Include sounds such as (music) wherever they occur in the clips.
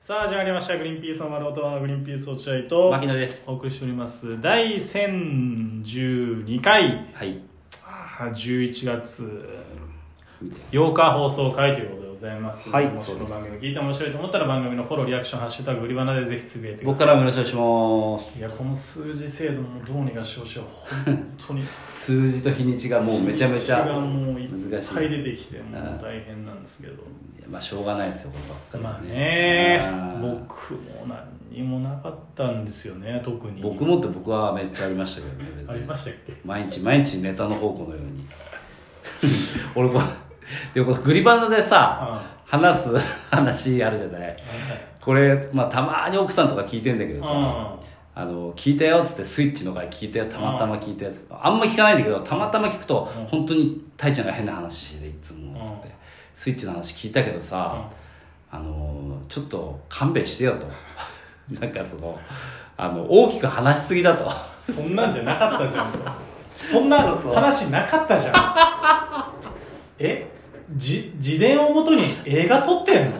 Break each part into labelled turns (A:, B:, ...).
A: さあ始まりました「グリーンピースの丸音のグリーンピース落合」と
B: 牧野です
A: お送りしております第1012回
B: はい
A: あー11月8日放送回ということでございます、
B: はい
A: もしこ
B: そうで
A: の
B: す
A: 番組聞いて面白いと思ったら番組のフォローリアクション「ハッシュタグ売り花」でぜひつぶやいてくだ
B: 僕
A: さい
B: からもよろしくお願いし
A: いやこの数字制度もどうにかしてほしい本当に
B: ます数字と日にちが (laughs) もうめちゃめちゃ
A: 日がもうい
B: 難
A: っ
B: し
A: ぱい
B: い
A: 出てきてもう大変なんですけど
B: いやまあしょうがないですよこればっ
A: まあ
B: かりは
A: ね
B: あー
A: 僕も何にもなかったんですよね特に
B: 僕もって僕はめっちゃありましたけどね別に
A: ありましたっけ
B: 毎日毎日ネタの宝庫のように (laughs) 俺もでもこのグリバナでさ話す話あるじゃないこれ、まあ、たまに奥さんとか聞いてんだけどさ、あの聞いたよっつってスイッチの回聞いたよたまたま聞いたやつあんま聞かないんだけどたまたま聞くと
A: うん
B: 本当にたいちゃんが変な話してていつもっつって
A: うん
B: スイッチの話聞いたけどさあのちょっと勘弁してよと (laughs) なんかそのあの大きく話しすぎだと
A: そんなんじゃなかったじ
B: (laughs)
A: ゃんそんな
B: そうそう
A: 話なかったじゃんえじ自伝をもとに映画撮ってんの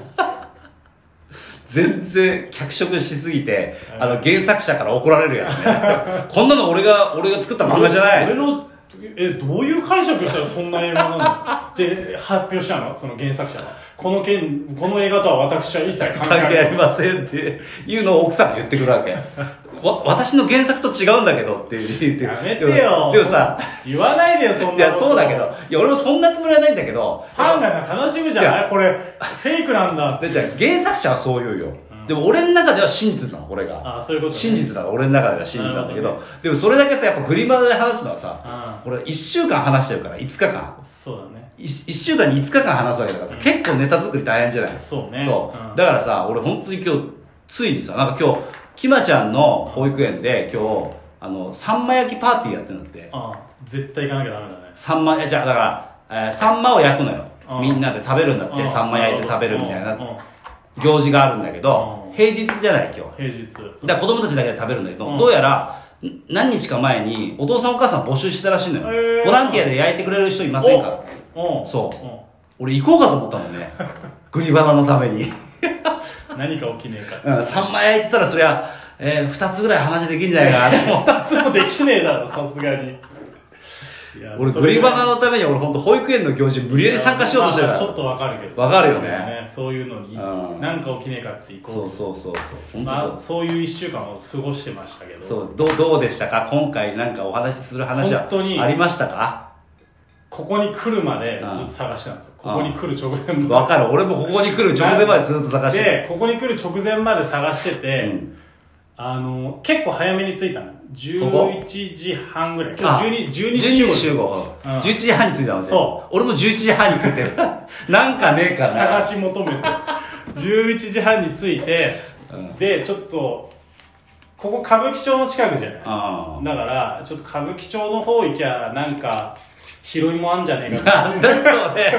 B: 全然脚色しすぎて
A: うん
B: あの原作者から怒られるやつね (laughs) こんなの俺が俺が作 (laughs) った漫画じゃない
A: 俺のえどういう解釈したらそんな映画な
B: (laughs)
A: ので発表したのその原作者はこの件この映画とは私は一切関係
B: 関
A: あ
B: 係あ
A: り
B: り
A: ま
B: ませんっていうのを奥さんが言ってくるわけ。 (laughs) わ、私の原作と違うんだけどって言って。
A: やめてよ
B: でもさ、
A: せん言わないでよそんなこと
B: いや、そうだけど、いや、俺もそんなつもりはないんだけど、
A: ファンがな悲しむじゃないこれフェイクなんだって
B: でじゃあ原作者はそう言うよ。
A: うん
B: でも俺の中では真実なの、これが。
A: あそういうことね
B: 真実なの、俺の中では真実なんだ
A: な
B: けど、
A: るほ
B: でもそれだけさ、やっぱグリマラで話すのはさ、
A: あ
B: これ1週間話してるから、5日間。
A: あそうだね
B: 1週間に5日間話すわけだからさ、結構ネタ作り大変じゃない
A: そうね
B: そう、
A: うん
B: だからさ俺本当に今日ついにさなんか今日きまちゃんの保育園で今日あのさんま焼きパーティーやってるんだって
A: ああ絶対行かなきゃダメだね
B: さんまえじゃあだから、えーさんまを焼くのよ
A: うん
B: みんなで食べるんだって
A: うん
B: さんま焼いて食べるみたい
A: うんう
B: なん行事があるんだけど
A: うん
B: 平日じゃない今日
A: 平日
B: だから子供たちだけで食べるんだけど、
A: うん
B: どうやらん何日か前にお父さんお母さん募集してたらしいの
A: へ
B: よ
A: ー
B: ボランティアで焼いてくれる人いませんか
A: うん
B: そ
A: うん
B: 俺行こうかと思ったもん
A: (laughs)
B: ねグリバナのために
A: 何か起きねえか
B: うん、3枚焼いてたらそりゃ、え2つぐらい話できんじゃないかな
A: (laughs)
B: と思って
A: 二つもできねえだろさすがにいや
B: 俺
A: そ
B: グ
A: れ
B: リ
A: ぐら
B: バ
A: い
B: ナのために俺本当保育園の行事無理やり参加しようとしてる
A: まあ
B: から
A: ちょっとわかるけど
B: わかるよね
A: そういうのに
B: うん
A: 何か起きねえかっていこう
B: そうそうそうそう本
A: まあ
B: 当そう、
A: そういう一週間を過ごしてましたけど
B: そうどうどうでしたか今回なんかお話しする話は
A: 本当に
B: ありましたか
A: ここに来るまで
B: うん
A: ずっと探してたんですよ
B: うん
A: ここに来る直前まで
B: わかる俺もここに来る直前までずっと探してる
A: でここに来る直前まで探してて、
B: うん
A: あの結構早めに着いたの
B: こ
A: 11時半ぐらい今
B: あ
A: 日12 12
B: 12
A: 時集合
B: 時集合、
A: うん
B: 11時半に着いたので
A: そ
B: 俺も11時半に着いてる (laughs) なんかねえかな
A: 探し求めて
B: (laughs)
A: 11時半に着いて、
B: うん
A: でちょっとここ歌舞伎町の近くじゃない
B: あ
A: だからちょっと歌舞伎町の方行きゃなんか拾いもあんじゃねえか
B: (laughs) なんだそれ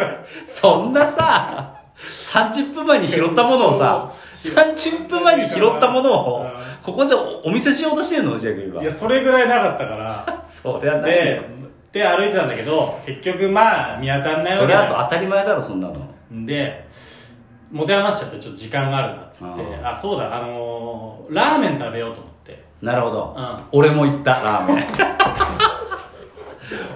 B: そんなさ30分前に拾ったものをさ30分前に拾ったものをここでおお見せしようとしてんのジェイ
A: な
B: ク今
A: いやそれぐらいなかったから
B: そりゃ (laughs) ないよ
A: でで歩いてたんだけど結局まあ見当たんない
B: そ
A: わけ
B: り
A: だ
B: ゃそう当たり前だろそんなの
A: で持て余しちゃってちょっと時間があるなっつって
B: あ
A: あそうだあのーラーメン食べようと思って
B: なるほど、
A: うん
B: 俺も行ったラーメン (laughs)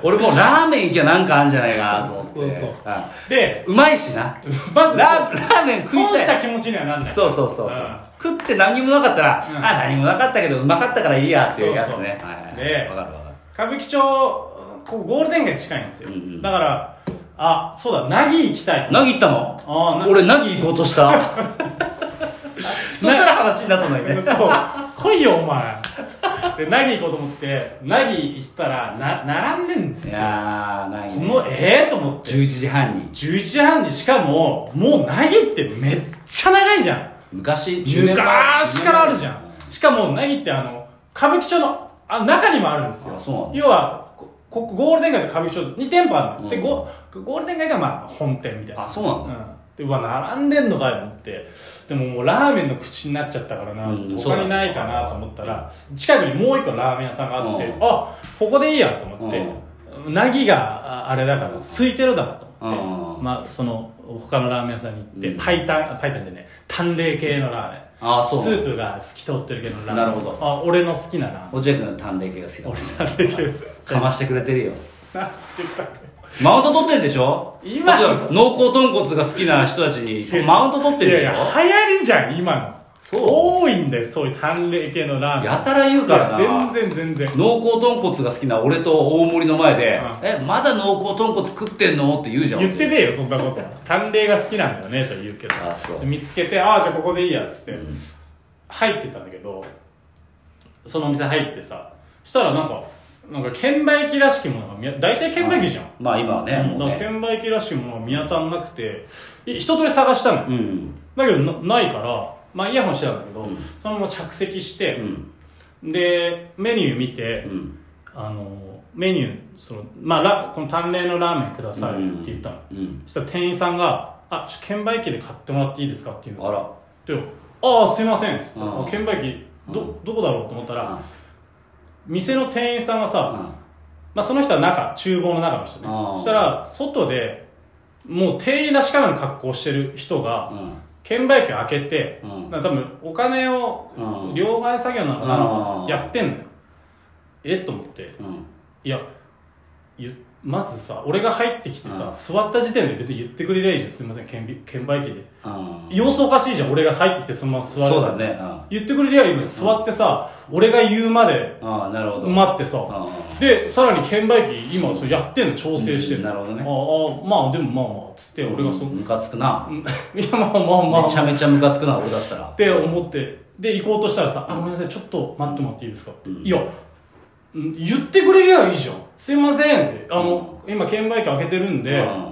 B: 俺もラーメン行きゃなんかあんじゃないかなと思って
A: そうそうそう
B: あ
A: で (laughs)
B: うまいしな
A: まず
B: ラーラーメン食い
A: 損したた
B: い
A: 気持ちにはなんない
B: そうそうそうそう、
A: うん
B: 食って何にもなかったら、
A: うん
B: あ何もなかったけどうまかったからいいやっていうやつね
A: そうそう
B: はいはい
A: で
B: わかるわかる
A: 歌舞伎町こうゴールデン街近いんですよ、
B: うんうん
A: だからあそうだ凪行きたい
B: なぎ行ったの
A: あーな
B: 俺なぎ行こうとした
A: (laughs)
B: そしたら話になったのにね
A: そう来いよお前で凪行こうと思って凪行ったらな並んでんです
B: い
A: よ
B: やーなぎ
A: このええと思って
B: 11時半に
A: 11時半にしかももう凪ってめっちゃ長いじゃん
B: 昔10年前
A: 昔からあるじゃんしかも凪ってあの歌舞伎町のあ中にもあるんですよ
B: あそうなの
A: 要はこここゴールデン街と歌舞伎町2店舗あるの、で
B: うん
A: ゴゴールデン街がまあ本店みたいな
B: あそうなんだ、
A: うんでうわ並んでんのかよと思ってでももうラーメンの口になっちゃったからな、
B: うんそう
A: 他
B: だ
A: に
B: ね
A: ないかなと思ったら近くにもう一個ラーメン屋さんがあって、
B: うん
A: あここでいいやと思って、凪がああれだから空いてるだろうと思って、
B: うん
A: まあ、その他のラーメン屋さんに行って、
B: うん
A: パイタンパイタンじゃねえ淡麗系のラーメン、
B: ああそう
A: スープが透き通ってるけどラーメン
B: なるほど
A: あ俺の好きなラーメン
B: 落合君淡麗系が好きだ
A: 俺淡麗系
B: かましてくれてるよ
A: (laughs) なんて言ったっ
B: マウント取ってんでしょ
A: 今
B: こっちは濃厚豚骨が好きな人たちに
A: け
B: マウント取ってるでしょ
A: いやいや流行りじゃん今の
B: そう
A: 多いんだよそういう淡麗系のラーメン
B: (laughs) やたら言うからない
A: や全然全然
B: 濃厚豚骨が好きな俺と大森の前で
A: うん
B: 「えまだ濃厚豚骨食ってんの?」って言うじゃん
A: 言ってねえよそんな
B: (laughs)
A: こと淡麗が好きなんだよねと言うけど
B: あそう
A: で見つけてああじゃあここでいいやっつって、入ってったんだけどそのお店入ってさしたらなんかなんか券売機らしきものが見当大体券売機じゃん、
B: まあ今はね
A: うん
B: もう
A: だから
B: ね
A: 券売機らしきものが見当たんなくてい一通り探したの、
B: うん
A: だけどなないからまあイヤホンしてたんだけど、
B: うん
A: そのまま着席し
B: う
A: て、
B: ん
A: でメニュー見て、
B: うん
A: あのメニューそのまあラこの淡麗のラーメンくださいって言ったの、
B: うん
A: そしたら店員さんが「あちょっと券売機で買ってもらっていいですか?」っていう
B: あら
A: で「ああすいません」っつって
B: うん
A: あ「券売機
B: う
A: どどこだろう?」と思った
B: うん
A: ら店の店員さんが
B: う
A: さ、
B: ん
A: まあ、その人は中厨房の中の人ね
B: うん
A: そしたら外でもう店員らしからぬ格好してる人が
B: うん
A: 券売機を開けて、
B: うん
A: なんか多分お金を
B: うん
A: 両替作業なのかな、
B: うん
A: やってんのよえっと思って
B: うん
A: いやゆまずさ俺が入ってきてさ、
B: うん
A: 座った時点で別に言ってくれりゃいいじゃんすいません券売券売機で
B: うん
A: 様子おかしいじゃん俺が入ってきてそのまま座る
B: そうだねうん
A: 言ってくれりゃいいのに座ってさ、俺が言うまで
B: ああなるほど
A: 待ってさ、
B: あ
A: でさらに券売機今それやってんの調整して
B: うんなるほどね
A: ああまあでもまあまあっつって俺がそ、う
B: ムカつくな
A: (laughs) いやまあまあまあ
B: めちゃめちゃムカつくな俺だったら
A: って思ってで行こうとしたらさ「あごめんなさいちょっと待ってもらっていいですか」って、
B: うん
A: いやうん言ってくれりゃいいじゃんすいませんってあの、今券売機開けてるんで、
B: うん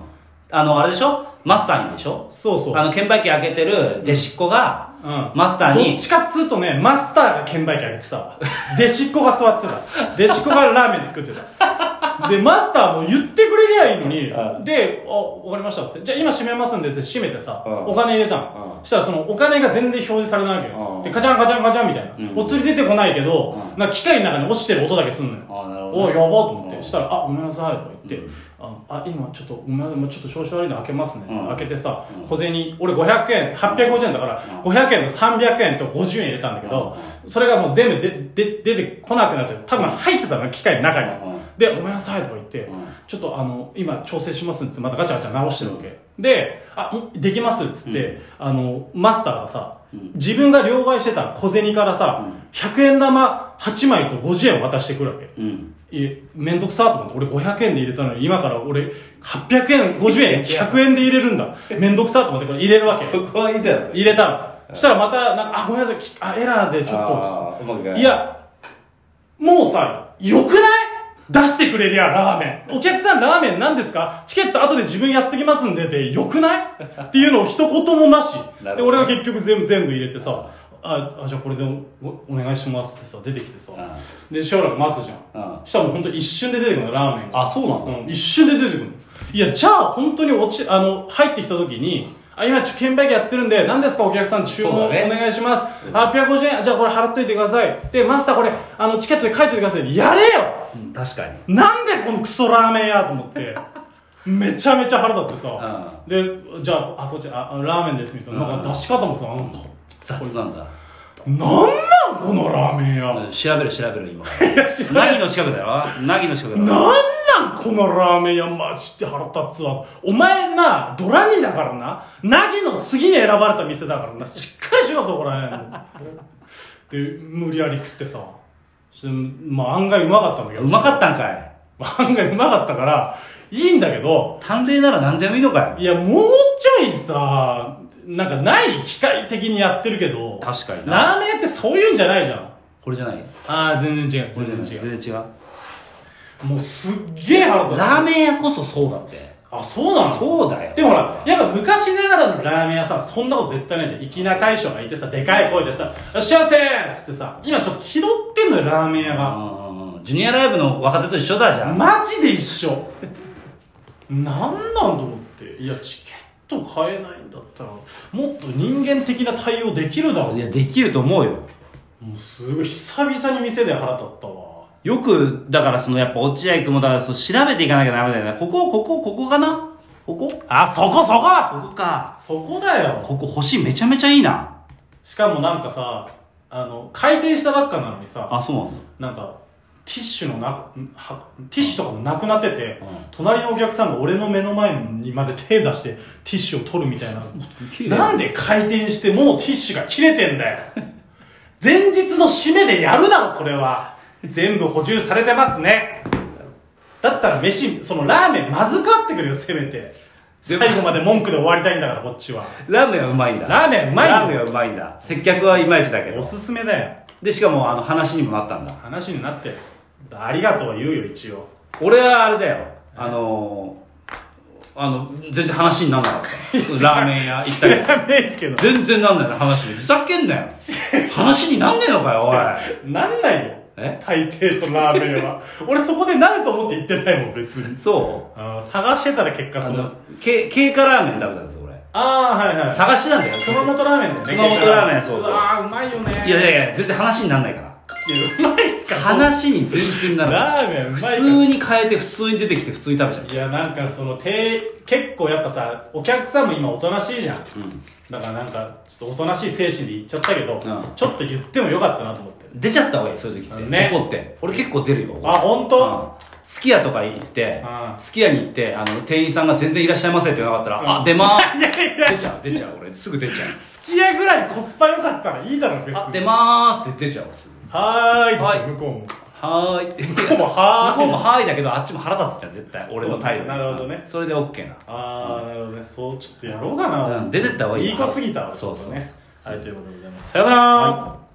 B: あのあれでしょマスターにでしょ
A: そうそう
B: あの券売機開けてる弟子っ子が
A: うん
B: マスター
A: どっ
B: に
A: ちかっつうとね、マスターが券売機あげてたわ。弟子っ子が座ってた。弟子っ子がラーメン作ってた。で、マスターも言ってくれりゃいいのに、
B: うん
A: で、あ、わかりましたっつって。じゃあ今閉めますんでって閉めてさ、
B: うん
A: お金入れたの。
B: うん
A: したらそのお金が全然表示されないわけ
B: うん
A: よ。で、カチャンカチャンカチャンみたいな。
B: うん
A: お釣り出てこないけど、
B: うん
A: なんか機械の中に落ちてる音だけすんのよ。
B: ああなるほど
A: おやばと思っ
B: うん
A: てしたら「あごめんなさい」とか言って「
B: うん
A: ああ今ちょっとごめんなさいもうちょっと調子悪いの開けますね」
B: うん
A: 開けてさ
B: うん
A: 小銭俺500円850円だから
B: う
A: 500円と300円と50円入れたんだけどそれがもう全部でで出てこなくなっちゃう多分入ってたの機械の中に
B: うん
A: で「ごめんなさい」とか言って
B: うん
A: 「ちょっとあの今調整します」っつってまたガチャガチャ直してるわけで「あんできます」っつってあのマスターがさ
B: うん
A: 自分が両替してた小銭からさ
B: うん
A: 100円玉8枚と50円を渡してくるわけ
B: うん
A: いえ、めんどくさと思って、俺500円で入れたのに、今から俺800円、50円、100円で入れるんだ。めんどくさと思って、これ入れるわけ。
B: そこはいいだろ
A: 入れたの。そしたらまた、なんか、あ、ごめんなさい、きあエラーでちょっ
B: ああうまく
A: と。
B: か
A: いや、もうさ、よくない出してくれりゃラーメン。お客さんラーメン何ですかチケット後で自分やっときますんで、で、よくないっていうのを一言もなし。で、
B: なるほど
A: 俺が結局全部、全部入れてさ、あ、あじゃあこれでおおお願いしますってさ、出てきてさ。で、しばらく待つじゃん。
B: うん
A: したらもう本当一瞬で出てくるのラーメンが
B: あそうなんだ
A: うん、一瞬で出てくるのいやじゃあ本当に落ちあの入ってきた時にあ今ちょ券売機やってるんで何ですかお客さん注文
B: そ
A: お
B: うだね
A: 願いします、850円じゃあこれ払っといてくださいでマスターこれあのチケットで書いといてくださいやれよ
B: うん確かに
A: なんでこのクソラーメン屋と思って (laughs) めちゃめちゃ腹立ってさ、でじゃああこっちああラーメンですみたいな,、なんか出し方もさなんか
B: 雑なんだ
A: なんなんこのラーメン屋、
B: うん調べる調べる今
A: いや知らない
B: 凪の近くだ
A: (laughs)
B: よ凪の近くだ
A: な
B: よ
A: んなんこのラーメン屋マジで腹立つわお前なドラニだからなナギの次に選ばれた店だからなしっかりしろそこら辺で無理やり食ってさしてまあ案外うまかったんだけど
B: うまかったんかい
A: た (laughs) 案外うまかったからいいんだけど
B: 探偵なら何でもいいのかよ
A: いやもうちょいさなんかない機械的にやってるけど
B: 確かにな
A: ラーメン屋ってそういうんじゃないじゃん
B: これじゃない
A: ああ全然違う
B: これじゃ
A: 全然違
B: ない
A: う
B: 全然違う
A: もうすっげえ腹立つ
B: ラーメン屋こそそうだって
A: あそうなの
B: そうだよ
A: でもほら、やっぱ昔ながらのラーメン屋さ、そんなこと絶対ないじゃん。粋な大将がいてさ、でかい声でさ、いらっしゃいませーっつってさ、今ちょっと気取ってんのよ、ラーメン屋が。
B: うんうんうんジュニアライブの若手と一緒だじゃん
A: マジで一緒。なんなんと思って。いや、チケット買えないんだったら、もっと人間的な対応できるだろう。
B: いやできると思うよ
A: もうすごい、久々に店で腹立ったわ。
B: よくだからそのやっぱ落合君もだからそう調べていかなきゃダメだよねここここここかなここ
A: あそこそこ
B: ここか。
A: そこだよ
B: ここ星めちゃめちゃいいな。
A: しかもなんかさあの回転したばっかなのにさ
B: あ、そうなん
A: な
B: だ。
A: んかティッシュのなくんはティッシュとかもなくなってて、
B: うん
A: 隣のお客さんが俺の目の前にまで手出してティッシュを取るみたいな
B: すげえ
A: なん
B: で
A: で回転してもうティッシュが切れてんだよ前日の締めでやるだろそれは全部補充されてますねだったら飯そのラーメンまずくあってくれよせめて
B: で
A: 最
B: も
A: 後まで文句で終わりたいんだからこっちは
B: ラーメンはうまいんだ。
A: ラーメンうまいよ
B: ラーメンはうまいんだ。接客はいまいちだけ
A: お
B: ど。
A: すすめだよ
B: で、しかも、あの、話にもなったんだ。
A: 話になってありがとうは言うよ一応
B: 俺はあれだよあのー、あの全然話にならな
A: (laughs)
B: かったラーメン屋行った
A: 知
B: り
A: らねえけど
B: 全然なんないの話にふざけんな
A: (laughs)
B: よ話になんねえのかよおい
A: なんないよ
B: え
A: 大抵のラーメンは俺そこでなると思って言ってないもん別に
B: そう
A: あー探してたら結果
B: あ
A: そ
B: の
A: の
B: け経過ラーメン食べたんですよ俺
A: ああーはいはい
B: 探してたんだよ
A: 熊本ラーメンだよね
B: 熊本ラーメンそうそう
A: ああうまいよね
B: いやいやいや全然話になんないから
A: いやうまいか
B: 話に全然ならない
A: ラーメンうまい
B: 普
A: から
B: 通に変えて普通に出てきて普通に食べちゃう
A: いやなんかそのて結構やっぱさお客さんも今おとなしいじゃん
B: うん
A: だからなんかちょっとおとなしい精神で言っちゃったけど、
B: ん
A: ちょっと言ってもよかったなと思って
B: 出ちゃった方がいいそういう時って、
A: ね
B: 怒って俺結構出るよ怒って
A: あ本当、
B: うんすき家とか行って
A: うん、
B: すき家に行って、あの、店員さんが全然いらっしゃいませって言わなかったら、あ、出ま
A: (laughs)
B: ー
A: いやいや
B: す。出ちゃう、出ちゃう、俺。すぐ出ちゃ
A: (laughs)
B: う。
A: すき家ぐらいコスパ良かったらいいだろ別に
B: あ、出まーすって出ちゃう、すぐ。
A: はーい、
B: はい
A: 向こうも
B: はーいって。向
A: こうもはーい
B: 向こうもはーいだけど、あっちも腹立つじゃん、絶対。俺の態度に
A: そうなるほどね
B: それで OK な。
A: ああなるほどねそうちょっとやろうかな、
B: うん出てった方がい
A: い
B: い
A: い子すぎたわ
B: そうそ
A: ちょっと
B: う
A: ねはいということでございますさよなら、
B: はい